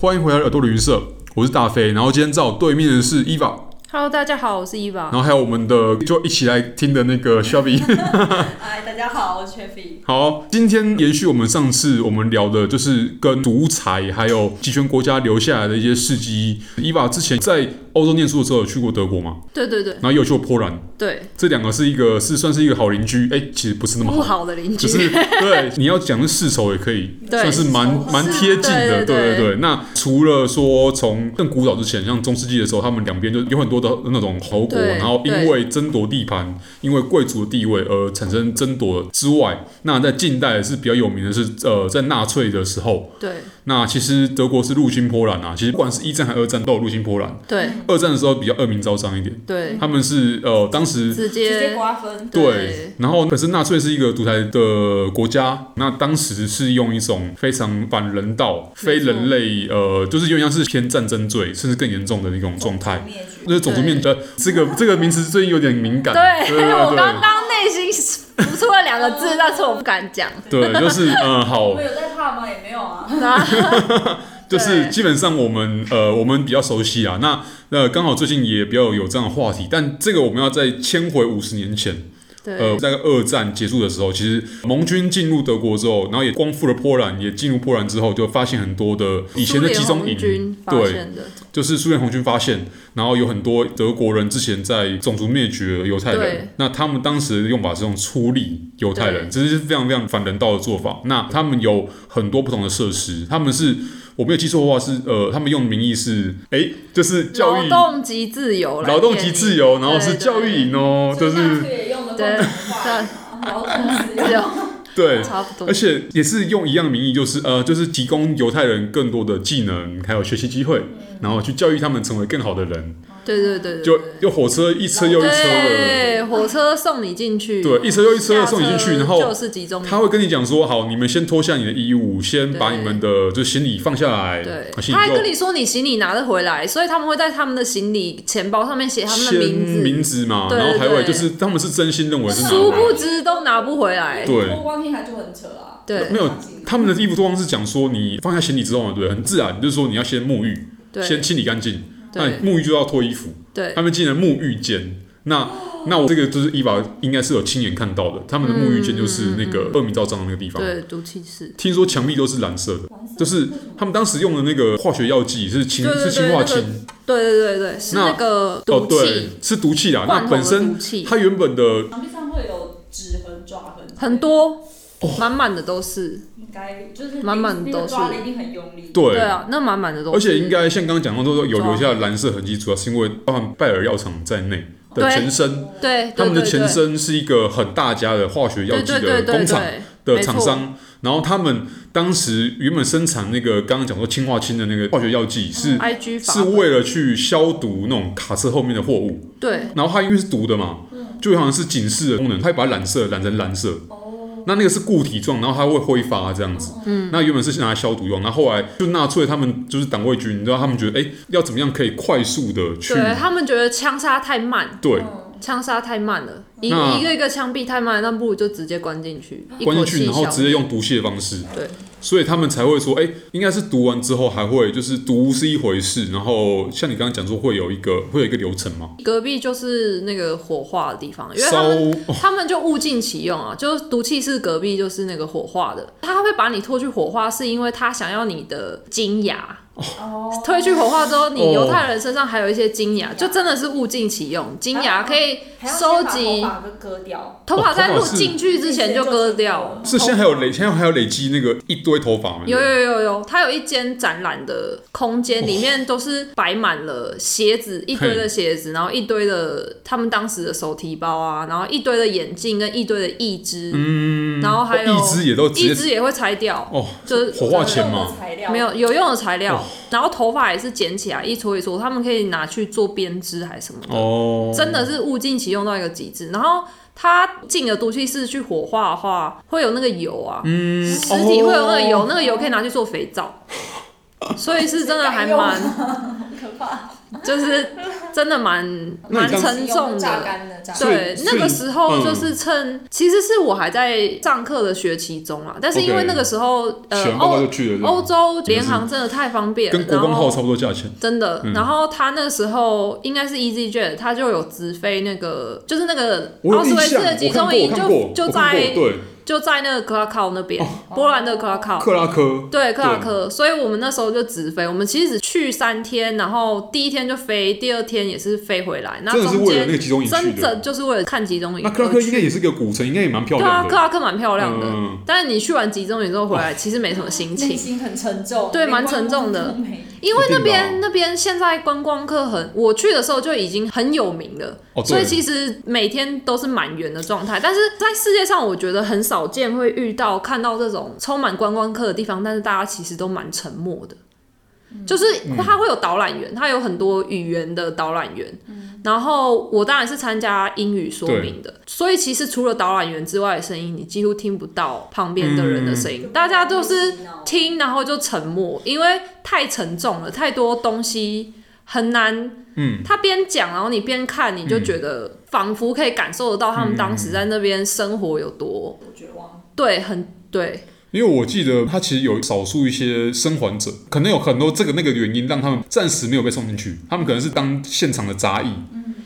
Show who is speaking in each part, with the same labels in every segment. Speaker 1: 欢迎回来耳朵旅行社，我是大飞。然后今天在我对面的是伊娃，
Speaker 2: Hello，大家好，我是伊
Speaker 1: 然
Speaker 2: 娃。
Speaker 1: 后还有我们的就一起来听的那个 Shabby。
Speaker 3: 嗨，大家好，我是 Cheffy。
Speaker 1: 好，今天延续我们上次我们聊的，就是跟独裁还有集权国家留下来的一些事迹。伊娃之前在欧洲念书的时候有去过德国嘛，
Speaker 2: 对对对
Speaker 1: 然后也有去过波兰，
Speaker 2: 对，
Speaker 1: 这两个是一个是算是一个好邻居，哎、其实不是那么
Speaker 2: 不
Speaker 1: 好。
Speaker 2: 好的邻
Speaker 1: 就。
Speaker 2: 居
Speaker 1: 是 对，你要讲是世仇也可以，
Speaker 2: 对
Speaker 1: 算是蛮蛮贴近的，
Speaker 2: 对对
Speaker 1: 对
Speaker 2: 对
Speaker 1: 对。那除了说从更古早之前，像中世纪的时候，他们两边就有很多的那种侯国，
Speaker 2: 对
Speaker 1: 然后因
Speaker 2: 对
Speaker 1: 为争夺地盘，因为贵族的地位而产生争夺之外，那在近代是比较有名的是，呃，在纳粹的时候，
Speaker 2: 对
Speaker 1: 那其实德国是入侵波兰啊，其实不管是一战还是二战都有入侵波兰。
Speaker 2: 对
Speaker 1: 二战的时候比较恶名昭彰一点，
Speaker 2: 对，
Speaker 1: 他们是呃当时
Speaker 2: 直
Speaker 3: 直接
Speaker 2: 接
Speaker 3: 瓜分，
Speaker 1: 对
Speaker 2: 对，
Speaker 1: 然后可是纳粹是一个独裁的国家，那当时是用一种非常反人道、非人类，呃，就是有点像是偏战争罪，甚至更严重的那种状态。
Speaker 3: 灭绝
Speaker 1: 就是种族灭绝，这个这个名词最近有点敏感。对
Speaker 2: 对，我
Speaker 1: 对
Speaker 2: 刚刚内心浮出了两个字，但是我不敢讲。
Speaker 1: 对，对，就是嗯，
Speaker 3: 我
Speaker 1: 好，
Speaker 3: 们有在怕吗？也没有啊。
Speaker 1: 就是
Speaker 2: 对
Speaker 1: 基本上我们呃我们比较熟悉啊。那呃刚好最近也比较有这样的话题，但这个我们要再迁回五十年前。呃，
Speaker 2: 对
Speaker 1: 在二战结束的时候，其实盟军进入德国之后，然后也光复了波兰，也进入波兰之后，就发现很多的以前的集中
Speaker 2: 苏联
Speaker 1: 营
Speaker 2: 红军，发
Speaker 1: 对，
Speaker 2: 现的，
Speaker 1: 就是苏联红军发现，然后有很多德国人之前在种族灭绝犹太人
Speaker 2: 对，
Speaker 1: 那他们当时的用法是用处理犹太人，
Speaker 2: 对
Speaker 1: 这是非常非常反人道的做法。那他们有很多不同的设施，他们是我没有记错的话是呃，他们用的名义是哎、就是教
Speaker 2: 劳
Speaker 1: 育
Speaker 2: 动及自由啦，
Speaker 1: 劳动及自由，然后是
Speaker 2: 对对
Speaker 1: 教育营哦，就
Speaker 3: 所以
Speaker 1: 是
Speaker 3: 纳粹也用的
Speaker 2: 对
Speaker 3: 共同化，劳动自由
Speaker 2: 自由，
Speaker 1: 对。
Speaker 2: 差不多
Speaker 1: 而。且也是用一样名义，就是呃，就是提供犹太人更多的技能，还有学习机会，
Speaker 2: 嗯
Speaker 1: 然后去教育他们成为更好的人。
Speaker 2: 对对对对，
Speaker 1: 就
Speaker 2: 对
Speaker 1: 就火车一车又一车的，
Speaker 2: 对，火车送你进去，
Speaker 1: 对，一车又一车的
Speaker 2: 下
Speaker 1: 送你进去，然
Speaker 2: 就
Speaker 1: 后
Speaker 2: 是集中营
Speaker 1: 他会跟你讲说，好，你们先脱下你的衣物，先把
Speaker 2: 对
Speaker 1: 你们的就行李放下来，
Speaker 2: 对
Speaker 1: 啊，行
Speaker 2: 他还
Speaker 1: 李
Speaker 2: 跟
Speaker 1: 就
Speaker 2: 你说你行李拿得回来，所以他们会在他们的行李钱包上面写他们的
Speaker 1: 签
Speaker 2: 名
Speaker 1: 名
Speaker 2: 字，
Speaker 1: 字嘛，
Speaker 2: 对
Speaker 1: 然后还有
Speaker 2: 对
Speaker 1: 就是他们是真心认为是哪
Speaker 2: 殊不
Speaker 1: 位。
Speaker 2: 知都拿不回来。
Speaker 1: 对
Speaker 3: 脱光屁还就很扯啊。
Speaker 2: 对
Speaker 1: 没有他们的衣服脱光是讲说，你放下行李之后嘛，对，很自然，就是说你要先沐浴，先
Speaker 2: 对
Speaker 1: 清理干净，那
Speaker 2: 对
Speaker 1: 你沐浴就要脱衣服，
Speaker 2: 对
Speaker 1: 他们竟然沐浴间。那那我这个就是伊娃应该是有亲眼看到的，他们的沐浴间就是那个恶名昭彰的那个地方。
Speaker 2: 对，毒气室，
Speaker 1: 听说墙壁都是蓝色的，就是他们当时用的那个化学药剂是氢，
Speaker 2: 对对
Speaker 1: 是
Speaker 2: 对
Speaker 1: 氢化氢。
Speaker 2: 对对对对，是
Speaker 1: 那
Speaker 2: 那个
Speaker 1: 哦
Speaker 2: 毒，
Speaker 1: 对
Speaker 2: 气，，
Speaker 1: 是毒气啦。
Speaker 2: 罐
Speaker 1: 那
Speaker 2: 头
Speaker 1: 本
Speaker 2: 的
Speaker 1: 身
Speaker 2: 毒气
Speaker 1: 它原本的
Speaker 3: 墙壁上会有指痕、抓痕，
Speaker 2: 很，多，
Speaker 1: 哦
Speaker 2: 满满的都是。
Speaker 3: 应该就是
Speaker 2: 满满
Speaker 3: 那
Speaker 2: 都
Speaker 3: 个
Speaker 2: 是
Speaker 3: 抓的一定很用力。
Speaker 1: 对，
Speaker 2: 对啊，那满满的都
Speaker 1: 而
Speaker 2: 是。
Speaker 1: 且应该像刚刚讲到说有
Speaker 2: 抓
Speaker 1: 留下蓝色痕迹，主要是因为包含拜耳药厂在内的
Speaker 2: 对
Speaker 1: 前身，
Speaker 2: 对，对
Speaker 1: 他们的
Speaker 2: 对
Speaker 1: 前
Speaker 2: 对
Speaker 1: 身是一个很大家的化学药
Speaker 2: 对
Speaker 1: 剂
Speaker 2: 对
Speaker 1: 的
Speaker 2: 对
Speaker 1: 工
Speaker 2: 对
Speaker 1: 厂。
Speaker 2: 对，
Speaker 1: 的
Speaker 2: 没
Speaker 1: 厂
Speaker 2: 错
Speaker 1: 商，然后他们当时原本生产那个刚刚讲说氢化氢的那个化学药剂是。
Speaker 2: ，IG 嗯法
Speaker 1: 是为了去消毒那种卡车后面的货物，
Speaker 2: 对
Speaker 1: 然后它因为是毒的嘛，
Speaker 2: 嗯
Speaker 1: 就好像是警示的功能，它会把它染色染成蓝色，
Speaker 2: 嗯
Speaker 3: 哦，
Speaker 1: 那那个是固体状，然后它会挥发这样子。嗯，那原本是拿来消毒用，那后来就纳粹他们就是党卫军，你知道他们觉得哎、要怎么样可以快速的去
Speaker 2: 对，他们觉得枪杀太慢，
Speaker 1: 对
Speaker 3: 嗯
Speaker 2: 枪杀太慢了，一
Speaker 1: 那
Speaker 2: 一个一个枪毙太慢，那不如就直接关进去，一
Speaker 1: 关
Speaker 2: 口
Speaker 1: 进
Speaker 2: 气
Speaker 1: 去，然后
Speaker 2: 消
Speaker 1: 直接用毒气的方式。
Speaker 2: 对，
Speaker 1: 所以他们才会说，哎、应该是读完之后还会，就是读是一回事，然后像你刚刚讲说会有一个会有一个流程嘛，
Speaker 2: 隔壁就是那个火化的地方，因为他
Speaker 1: 烧
Speaker 2: 们
Speaker 1: 哦
Speaker 2: 他们就物尽其用啊，就是毒气室隔壁就是那个火化的，他会把你拖去火化，是因为他想要你的金牙。
Speaker 3: 哦，
Speaker 2: 推去火化之后，
Speaker 1: 哦
Speaker 2: 你犹太人身上还有一些金牙，就真的是物尽其用。金牙可以
Speaker 3: 还要先
Speaker 2: 收
Speaker 3: 把
Speaker 2: 集
Speaker 3: 头发给割掉，
Speaker 2: 头发，在
Speaker 1: 哦头
Speaker 2: 入
Speaker 1: 发是
Speaker 2: 进去之前就割掉。
Speaker 1: 是现在还有累，现在还有累积那个一堆头发嘛，
Speaker 2: 有有有有，它有一间展览的空间，里面都是摆满了鞋子，一堆的鞋子，然后一堆的他们当时的手提包啊，然后一堆的眼镜跟一堆的义肢，嗯，然后还有
Speaker 1: 哦义肢也都 直接
Speaker 2: 义肢也会拆 掉，
Speaker 1: 哦，
Speaker 2: 就是
Speaker 1: 火化前
Speaker 3: 用
Speaker 1: 嘛
Speaker 3: 的，材料
Speaker 2: 没有有用的材料，
Speaker 1: 哦
Speaker 2: 然后头发也是剪起来一撮一撮，他们可以拿去做编织还是什么的，
Speaker 1: 哦，
Speaker 2: 真的是物尽其用到一个极致。然后它进了毒气室去火化的话，会有那个油啊，
Speaker 1: 嗯，
Speaker 2: 尸体会有那个油，
Speaker 1: 哦，
Speaker 2: 那个油可以拿去做肥皂，所以是真的还
Speaker 3: 谁敢
Speaker 2: 蛮
Speaker 3: 很可怕。
Speaker 2: 就是真的蛮
Speaker 1: 那
Speaker 2: 蛮
Speaker 1: 你当时
Speaker 2: 沉重
Speaker 3: 榨
Speaker 2: 的。
Speaker 3: 干的榨干
Speaker 1: 所以
Speaker 2: 对，那个时候
Speaker 1: 嗯
Speaker 2: 就是趁，其实是我还在上课的学期中啦，但是因为
Speaker 1: OK
Speaker 2: 那个时候
Speaker 1: 写
Speaker 2: 呃
Speaker 1: 完报告
Speaker 2: 欧
Speaker 1: 就去了这样，
Speaker 2: 欧洲联航真的太方
Speaker 1: 嗯
Speaker 2: 便，
Speaker 1: 跟国
Speaker 2: 然
Speaker 1: 光号
Speaker 2: 后
Speaker 1: 差不多价钱。
Speaker 2: 真的。
Speaker 1: 嗯
Speaker 2: 然后他那时候应该是 EasyJet，他就有直飞那个，就是那个
Speaker 1: 我有
Speaker 2: 奥斯
Speaker 1: 印
Speaker 2: 维斯
Speaker 1: 象，我
Speaker 2: 的集
Speaker 1: 看
Speaker 2: 中
Speaker 1: 过，我
Speaker 2: 营，
Speaker 1: 看过，
Speaker 2: 就就
Speaker 1: 我看过哦
Speaker 2: 在
Speaker 1: 对
Speaker 2: 就在那个克拉考那边，波兰的克拉考。
Speaker 1: 克拉科，
Speaker 2: 对，克拉克，所以我们那时候就直飞，我们其实只去三天，然后第一天就飞，第二天也是飞回来，那
Speaker 1: 真的是
Speaker 2: 中
Speaker 1: 为了那
Speaker 2: 间
Speaker 1: 个集中营去
Speaker 2: 真
Speaker 1: 的。
Speaker 2: 正就是为了看集中营
Speaker 1: 那
Speaker 2: 而
Speaker 1: 克
Speaker 2: 去。
Speaker 1: 拉科应该也是个古城，应该也蛮漂
Speaker 2: 对啊，
Speaker 1: 亮
Speaker 2: 克
Speaker 1: 的。
Speaker 2: 拉克蛮漂亮的，
Speaker 1: 嗯哦
Speaker 2: 但是你去完集中营之后回来，其实没什么心
Speaker 3: 内
Speaker 2: 情，
Speaker 3: 心很沉重，
Speaker 2: 对
Speaker 3: 连
Speaker 2: 蛮沉重的
Speaker 3: 观光都没
Speaker 2: 因为
Speaker 1: 一定的
Speaker 2: 那
Speaker 1: 啊
Speaker 2: 边那边现在观光客很，我去的时候就已经很有名了，
Speaker 1: 哦，
Speaker 2: 所以
Speaker 1: 对，
Speaker 2: 其实每天都是满员的状态。但是在世界上，我觉得很少见会遇到看到这种充满观光客的地方，但是大家其实都蛮沉默的。就是
Speaker 1: 嗯
Speaker 2: 它会有导览员，它有很多语言的导览员。然后我当然是参加英语说明的，所以其实除了导览员之外的声音，你几乎听不到旁边的
Speaker 1: 嗯
Speaker 2: 人的声音，大家都是听，然后就沉默，因为太沉重了，太多东西很难。
Speaker 1: 嗯，
Speaker 2: 他边讲，然后你边看，你就觉得仿佛可以感受得到他们当时在那边生活有多
Speaker 3: 我绝望，
Speaker 2: 对，很对，
Speaker 1: 因为我记得他其实有少数一些生还者，可能有很多这个那个原因，让他们暂时没有被送进去，他们可能是当现场的杂役，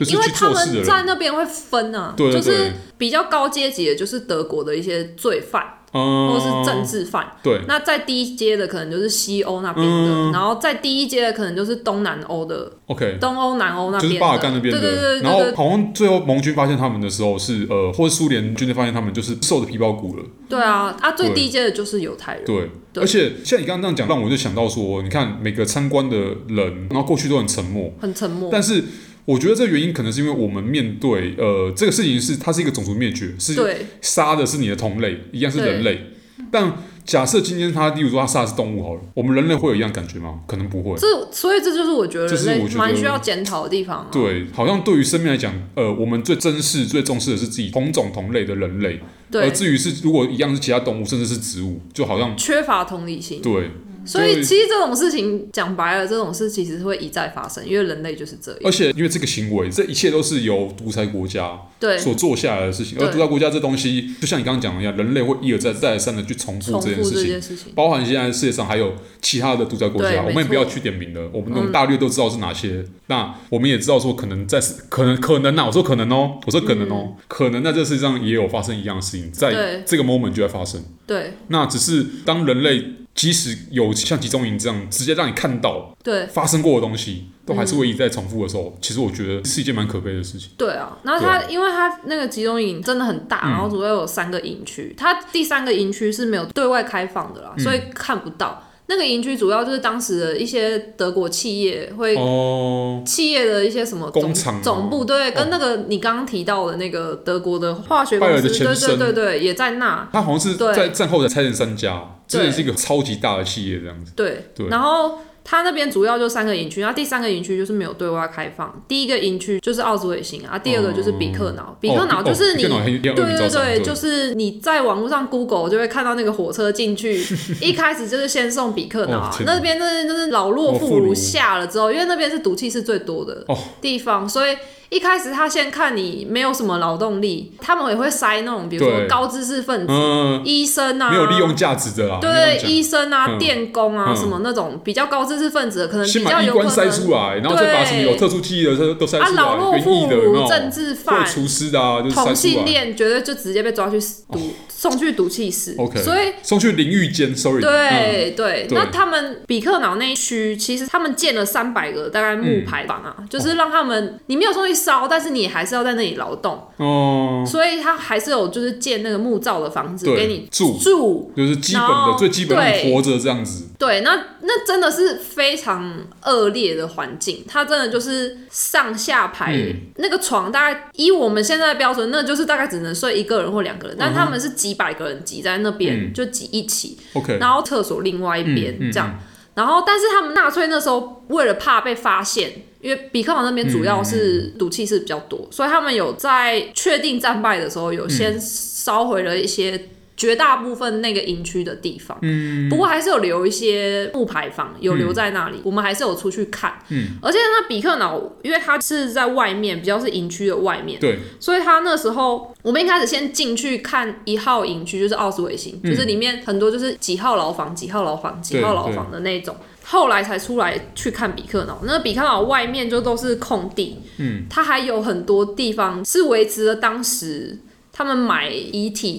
Speaker 1: 就是
Speaker 2: 嗯因为
Speaker 1: 去
Speaker 2: 他
Speaker 1: 做事的
Speaker 2: 们在
Speaker 1: 人。
Speaker 2: 那边会分啊，
Speaker 1: 对对
Speaker 2: 就是
Speaker 1: 对，
Speaker 2: 比较高阶级的，就是德国的一些罪犯
Speaker 1: 嗯，
Speaker 2: 或是政治犯。
Speaker 1: 对，
Speaker 2: 那在第一阶的可能就是西欧那边的，
Speaker 1: 嗯
Speaker 2: 然后在第一阶的可能就是东南欧的，
Speaker 1: OK，
Speaker 2: 东欧、南欧那
Speaker 1: 就是
Speaker 2: 边的，
Speaker 1: 巴尔干那边
Speaker 2: 对
Speaker 1: 的。
Speaker 2: 对对对
Speaker 1: 然后
Speaker 2: 对
Speaker 1: 好像最后盟军发现他们的时候是呃，或者苏联军队发现他们就是瘦的皮包骨了。
Speaker 2: 对啊！啊，最低阶的就是犹太人，
Speaker 1: 对，
Speaker 2: 对
Speaker 1: 而且像你刚刚这样讲，让我就想到说，你看每个参观的人，然后过去都很沉默，
Speaker 2: 很沉默。
Speaker 1: 但是。我觉得这个原因可能是因为我们面对呃这个事情是它是一个种族灭绝，是
Speaker 2: 对，
Speaker 1: 杀的是你的同类，一样是人类。但假设今天他，例如说他杀的是动物好了，我们人类会有一样感觉吗？可能不会。
Speaker 2: 这所以这就是我觉得
Speaker 1: 就是
Speaker 2: 人类
Speaker 1: 我觉得
Speaker 2: 蛮需要检讨的地方、啊。
Speaker 1: 对，好像对于生命来讲，呃，我们最珍视、最重视的是自己同种同类的人类，而
Speaker 2: 对，
Speaker 1: 至于是如果一样是其他动物，甚至是植物，就好像
Speaker 2: 缺乏同理心。
Speaker 1: 对，
Speaker 2: 所以
Speaker 1: 对
Speaker 2: 其实这种事情讲白了，这种事其实会一再发生，因为人类就是这样。
Speaker 1: 而且因为这个行为，这一切都是由独裁国家
Speaker 2: 对，
Speaker 1: 所做下来的事情，而
Speaker 2: 对
Speaker 1: 独裁国家这东西，就像你刚刚讲的一样，人类会一而再、再而三的去重复
Speaker 2: 重
Speaker 1: 这件
Speaker 2: 复
Speaker 1: 事
Speaker 2: 这
Speaker 1: 情。
Speaker 2: 件事情。
Speaker 1: 包含现在世界上还有其他的独裁国
Speaker 2: 对
Speaker 1: 家，
Speaker 2: 没
Speaker 1: 我们也不要
Speaker 2: 错嗯
Speaker 1: 去点名了，我们那种大略都知道是哪些。那我们也知道说，可能在世可能可能啊，我说可能哦，我说可能哦，可能在这世界上也有发生一样的事情，在
Speaker 2: 嗯对
Speaker 1: 这个 moment 就在发生。
Speaker 2: 对
Speaker 1: 那只是当人类即使有像集中营这样直接让你看到
Speaker 2: 对
Speaker 1: 发生过的东西，都还是会一再重复的时候，
Speaker 2: 嗯
Speaker 1: 其实我觉得是一件蛮可悲的事情。
Speaker 2: 对啊！然后它因为它那个集中营真的很大，
Speaker 1: 嗯
Speaker 2: 然后主要有三个营区，它第三个营区是没有对外开放的啦，
Speaker 1: 嗯
Speaker 2: 所以看不到。那个营区主要就是当时的一些德国企业会
Speaker 1: 哦，
Speaker 2: 企业的一些什么
Speaker 1: 工
Speaker 2: 总
Speaker 1: 厂啊哦吗
Speaker 2: 总部，对，跟那个你刚刚提到的那个德国的化学公
Speaker 1: 拜尔
Speaker 2: 司，
Speaker 1: 的前
Speaker 2: 对对
Speaker 1: 身
Speaker 2: 对对，也在那。
Speaker 1: 他好像是
Speaker 2: 对
Speaker 1: 在战后才拆成三家，
Speaker 2: 对
Speaker 1: 真的是一个超级大的企业这样子。
Speaker 2: 对，
Speaker 1: 对
Speaker 2: 然后它那边主要就三个营区，然后第三个营区就是没有对外开放。第一个营区就是奥斯维辛啊，第二个就是比克瑙，比克瑙就是你。
Speaker 1: 哦比克瑙很
Speaker 2: 对对对，
Speaker 1: 对
Speaker 2: 就是你在网络上 Google 就会看到那个火车 进去，一开始就是先送比克瑙、啊
Speaker 1: 哦天哪
Speaker 2: 那边真的就是老弱妇孺下了之后，因为那边是毒气是最多的
Speaker 1: 哦
Speaker 2: 地方，所以一开始他先看你没有什么劳动力，他们也会塞那种比如说
Speaker 1: 对
Speaker 2: 高知识分子、
Speaker 1: 嗯，
Speaker 2: 医生啊，
Speaker 1: 没有利用价值的啦。应该
Speaker 2: 对
Speaker 1: 这样
Speaker 2: 医生啊、
Speaker 1: 嗯
Speaker 2: 电工啊、
Speaker 1: 嗯
Speaker 2: 什么那种比较高知识分子的，可能
Speaker 1: 讲先
Speaker 2: 比
Speaker 1: 把
Speaker 2: 较
Speaker 1: 医
Speaker 2: 有可
Speaker 1: 官塞啊
Speaker 2: 能
Speaker 1: 出来，然后再把什么有特殊记忆的都都塞出
Speaker 2: 啊，
Speaker 1: 来，
Speaker 2: 老弱
Speaker 1: 园
Speaker 2: 妇
Speaker 1: 艺的那
Speaker 2: 孺、
Speaker 1: 种
Speaker 2: 政治
Speaker 1: 或
Speaker 2: 犯
Speaker 1: 者、厨师的啊，就是
Speaker 2: 同
Speaker 1: 塞出
Speaker 2: 性
Speaker 1: 来。
Speaker 2: 恋，绝对就直接被抓去毒、送去毒气室。
Speaker 1: OK
Speaker 2: 所以。
Speaker 1: 送去淋浴间，sorry。嗯，
Speaker 2: 对
Speaker 1: 对
Speaker 2: 对，那他们比克瑙那一区，其实他们建了三百个大概木牌坊啊，
Speaker 1: 嗯
Speaker 2: 就是让他们你没有东西烧，但是你还是要在那里劳动，
Speaker 1: 哦，
Speaker 2: 所以他还是有就是建那个木造的房子
Speaker 1: 对
Speaker 2: 给你
Speaker 1: 住
Speaker 2: 住，
Speaker 1: 就是基本
Speaker 2: 然
Speaker 1: 的
Speaker 2: 后
Speaker 1: 最基本的
Speaker 2: 对
Speaker 1: 活着这样子。
Speaker 2: 对，那那真的是非常恶劣的环境，它真的就是上下排、
Speaker 1: 嗯
Speaker 2: 那个床，大概以我们现在的标准，那就是大概只能睡一个人或两个人，但他们是几百个人挤在那边，
Speaker 1: 嗯
Speaker 2: 就挤一起，
Speaker 1: OK，
Speaker 2: 然后厕所另外一边、
Speaker 1: 嗯嗯
Speaker 2: 这样，然后但是他们纳粹那时候为了怕被发现。因为比克朗那边主要
Speaker 1: 嗯
Speaker 2: 是毒气是比较多，所以他们有在确定战败的时候，有先烧毁了一些绝大部分那个营区的地方。嗯，不过还是有留一些木牌坊，有留在那里，我们还是有出去看。
Speaker 1: 嗯，
Speaker 2: 而且那比克瑙，因为它是在外面，比较是营区的外面，
Speaker 1: 对，
Speaker 2: 所以他那时候，我们一开始先进去看一号营区，就是奥斯维辛，
Speaker 1: 嗯
Speaker 2: 就是里面很多就是几号牢房、几号牢房、几号牢房的那种。后来才出来去看比克瑙，那个比克瑙外面就都是空地，
Speaker 1: 嗯，
Speaker 2: 它还有很多地方是维持了当时他们买遗体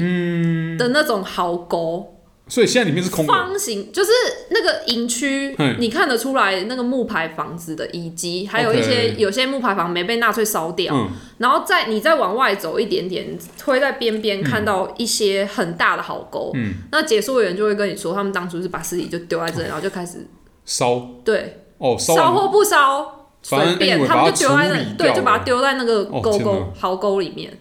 Speaker 2: 的那种壕沟，
Speaker 1: 所以现在里面嗯是空的，
Speaker 2: 方形，就是那个营区
Speaker 1: 嗯，
Speaker 2: 你看得出来那个木牌房子的遗迹，还有
Speaker 1: OK
Speaker 2: 一些有些木牌房没被纳粹烧掉，
Speaker 1: 嗯
Speaker 2: 然后再你再往外走一点点，会在边边看到一些很大的壕沟。
Speaker 1: 嗯，
Speaker 2: 那解说员就会跟你说，他们当初是把尸体就丢在这里，然后就开始
Speaker 1: 烧
Speaker 2: 对
Speaker 1: 哦烧
Speaker 2: 烧
Speaker 1: 完
Speaker 2: 或不烧
Speaker 1: 反正
Speaker 2: 随便，
Speaker 1: anyway，
Speaker 2: 他们就丢在
Speaker 1: 把它处理
Speaker 2: 那，
Speaker 1: 掉
Speaker 2: 对，就把它丢在那个
Speaker 1: 哦
Speaker 2: 沟
Speaker 1: 天
Speaker 2: 沟
Speaker 1: 哪哦
Speaker 2: 壕沟里面。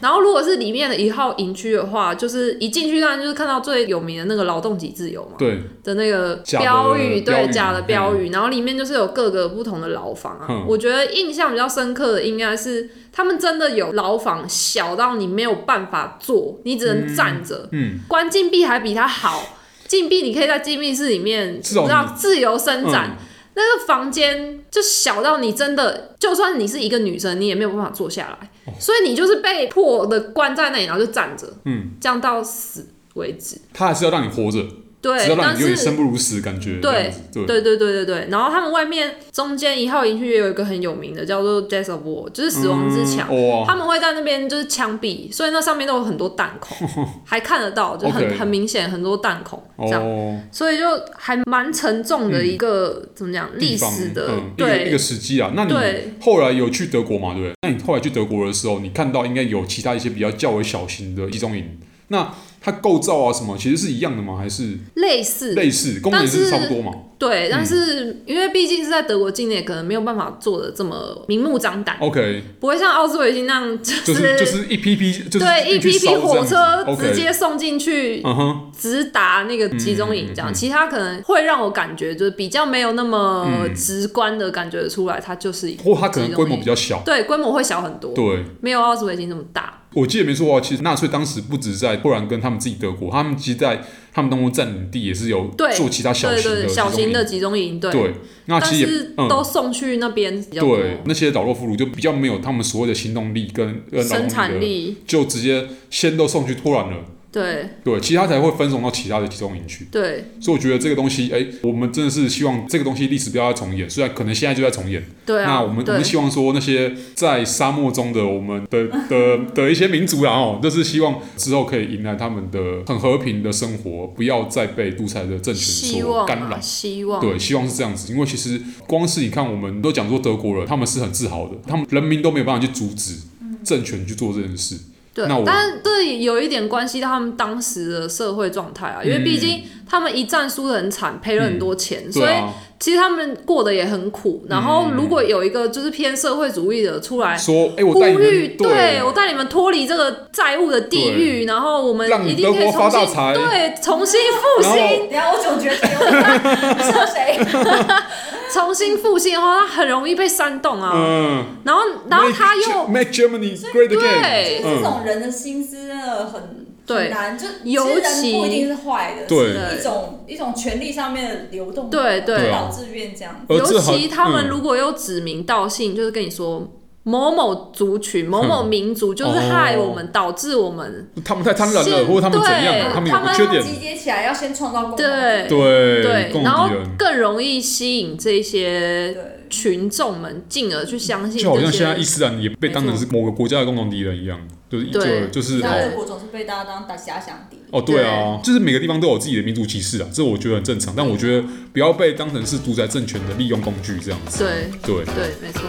Speaker 2: 然后，如果是里面的一号营区的话，就是一进去当然就是看到最有名的那个劳动及自由嘛，
Speaker 1: 对，
Speaker 2: 的那个
Speaker 1: 假的
Speaker 2: 标语，
Speaker 1: 标
Speaker 2: 对
Speaker 1: 语
Speaker 2: 假的标语，然后里面就是有各个不同的牢房啊。
Speaker 1: 嗯
Speaker 2: 我觉得印象比较深刻的应该是他们真的有牢房小到你没有办法坐，你只能站着，
Speaker 1: 嗯，
Speaker 2: 关禁闭还比它好。禁闭你可以在禁闭室里面，
Speaker 1: 至少
Speaker 2: 你知道
Speaker 1: 你
Speaker 2: 自由伸展。
Speaker 1: 嗯
Speaker 2: 那个房间就小到你真的，就算你是一个女生，你也没有办法坐下来，所以你就是被迫的关在那里，然后就站着，
Speaker 1: 嗯，
Speaker 2: 这样到死为止。
Speaker 1: 他还是要让你活着，只
Speaker 2: 对，
Speaker 1: 要让
Speaker 2: 但
Speaker 1: 你有
Speaker 2: 是
Speaker 1: 点生不如死的感觉，
Speaker 2: 对
Speaker 1: 这样子对
Speaker 2: 对对对对对，然后他们外面中间一号营区也有一个很有名的，叫做 Death of War，就是死亡之墙。
Speaker 1: 嗯哇，
Speaker 2: 他们会在那边就是枪毙，所以那上面都有很多弹 孔，还看得到，就很
Speaker 1: OK
Speaker 2: 很明显很多弹孔这样，
Speaker 1: 哦，
Speaker 2: 所以就还蛮沉重的一个、怎么讲
Speaker 1: 嗯
Speaker 2: 历
Speaker 1: 地方
Speaker 2: 史的、
Speaker 1: 嗯，一个一个
Speaker 2: 对
Speaker 1: 时机啊。那
Speaker 2: 对
Speaker 1: 你后来有去德国嘛？对不对？那你后来去德国的时候，你看到应该有其他一些比较较为小型的集中营，那它构造啊什么其实是一样的吗？还是
Speaker 2: 类似
Speaker 1: 类嗯似功能是差不多嘛
Speaker 2: 对，但是因为毕竟是在德国境内，可能没有办法做的这么明目张胆，
Speaker 1: ？OK，
Speaker 2: 不会像奥斯维辛那样就
Speaker 1: 哦就是就是一批批，就是
Speaker 2: 对一批
Speaker 1: 去
Speaker 2: 批
Speaker 1: 烧这
Speaker 2: 火
Speaker 1: 样子
Speaker 2: 车直
Speaker 1: OK，
Speaker 2: 接送进去
Speaker 1: 嗯哼，
Speaker 2: 直达那个集中
Speaker 1: 嗯
Speaker 2: 营，这样，其他可能会让我感觉就是比较没有那么
Speaker 1: 嗯
Speaker 2: 直观的感觉得出来，它就是一个
Speaker 1: 或它可能规模比
Speaker 2: 较
Speaker 1: 较小。
Speaker 2: 对规模会小很多，
Speaker 1: 对，
Speaker 2: 没有奥斯维辛这么大。
Speaker 1: 我记得没错的话，其实纳粹当时不止在波兰跟他们自己德国，他们其实在他们东欧占领地也是有
Speaker 2: 对
Speaker 1: 做其他小
Speaker 2: 对
Speaker 1: 型
Speaker 2: 对
Speaker 1: 的
Speaker 2: 对，
Speaker 1: 集
Speaker 2: 小
Speaker 1: 中
Speaker 2: 型
Speaker 1: 营
Speaker 2: 的集中营，对，
Speaker 1: 对，那
Speaker 2: 但
Speaker 1: 其实也
Speaker 2: 是
Speaker 1: 嗯。
Speaker 2: 都送去那边比较多
Speaker 1: 对，那些老弱妇孺就比较没有他们所谓的行动力跟呃劳动
Speaker 2: 生产
Speaker 1: 力
Speaker 2: 力
Speaker 1: 的，，就直接先都送去托兰了。
Speaker 2: 对
Speaker 1: 对，其他才会分送到其他的集中营去，
Speaker 2: 对
Speaker 1: 所以我觉得这个东西，哎、我们真的是希望这个东西历史不要再重演，虽然可能现在就在重演。
Speaker 2: 对啊，
Speaker 1: 那我们我
Speaker 2: 对
Speaker 1: 们希望说那些在沙漠中的我们的的的一些民族啦哦，就是希望之后可以迎来他们的很和平的生活，不要再被独裁的政权
Speaker 2: 希
Speaker 1: 所
Speaker 2: 望
Speaker 1: 干扰
Speaker 2: 啊，。希望
Speaker 1: 对，希望是这样子，因为其实光是你看，我们都讲说德国人，他们是很自豪的，他们人民都没有办法去阻止政权去做这件事。
Speaker 2: 对
Speaker 1: 那我，
Speaker 2: 但这也有一点关系到他们当时的社会状态啊，因为
Speaker 1: 嗯
Speaker 2: 毕竟他们一战输的很惨，赔了很多钱，所
Speaker 1: 对
Speaker 2: 以
Speaker 1: 啊，
Speaker 2: 其实他们过得也很苦。然后
Speaker 1: 嗯
Speaker 2: 如果有一个就是偏社会主义的出来
Speaker 1: 说哎、我
Speaker 2: 呼
Speaker 1: 带你们
Speaker 2: 吁，
Speaker 1: 对，
Speaker 2: 我带你们脱离这个债务的地狱，然后我们
Speaker 1: 让
Speaker 2: 一定
Speaker 1: 德
Speaker 2: 可以
Speaker 1: 国发
Speaker 2: 重
Speaker 1: 大
Speaker 2: 新
Speaker 1: 财
Speaker 2: 对重新复
Speaker 1: 然后
Speaker 2: 兴，
Speaker 3: 等一下我总觉 得你说谁？
Speaker 2: 嗯重新复兴的话，它很容易被煽动啊。
Speaker 1: 嗯，
Speaker 2: 然后然后
Speaker 1: make
Speaker 2: 他
Speaker 1: Ge-
Speaker 2: 又
Speaker 1: make Germany great
Speaker 2: 对
Speaker 1: again，
Speaker 3: 这
Speaker 1: 嗯，
Speaker 3: 种人的心思真的很
Speaker 2: 对
Speaker 3: 很难，就
Speaker 2: 尤
Speaker 3: 其实
Speaker 2: 其
Speaker 3: 人不一定是坏的，
Speaker 1: 对
Speaker 3: 是一种一种权力上面的流动，
Speaker 2: 对对
Speaker 1: 对啊
Speaker 3: 导致变这样。
Speaker 1: 而
Speaker 2: 尤
Speaker 1: 这很
Speaker 2: 其他们
Speaker 1: 嗯
Speaker 2: 如果又指名道姓，就是跟你说某某族群、某某民族，就是害我
Speaker 1: 哦
Speaker 2: 们，导致我们
Speaker 1: 他们太贪婪
Speaker 2: 是
Speaker 1: 了，或者他们怎样，啊
Speaker 2: 对
Speaker 1: 他们有
Speaker 2: 他
Speaker 1: 个
Speaker 2: 们
Speaker 1: 缺
Speaker 3: 要
Speaker 1: 点，
Speaker 3: 集结起来要先创造共同
Speaker 2: 对
Speaker 1: 对
Speaker 2: 对
Speaker 1: 共，
Speaker 2: 然后
Speaker 1: 敌人，
Speaker 2: 更容易吸引这些
Speaker 3: 对
Speaker 2: 群众们，进而去相信
Speaker 1: 就好像现在
Speaker 2: 这
Speaker 1: 伊
Speaker 2: 些。
Speaker 1: 斯兰也被当成是某个国家的共同敌人一样，就是
Speaker 2: 对
Speaker 1: 就就是
Speaker 3: 其他
Speaker 1: 哦
Speaker 3: 各国总是被大家当打假想敌。
Speaker 1: 哦，对啊，就是每个地方都有自己的民族歧视啊，这我觉得很正常。但我觉得不要被当成是独裁政权的利用工具这样子。
Speaker 2: 对
Speaker 1: 对，
Speaker 2: 对，没错。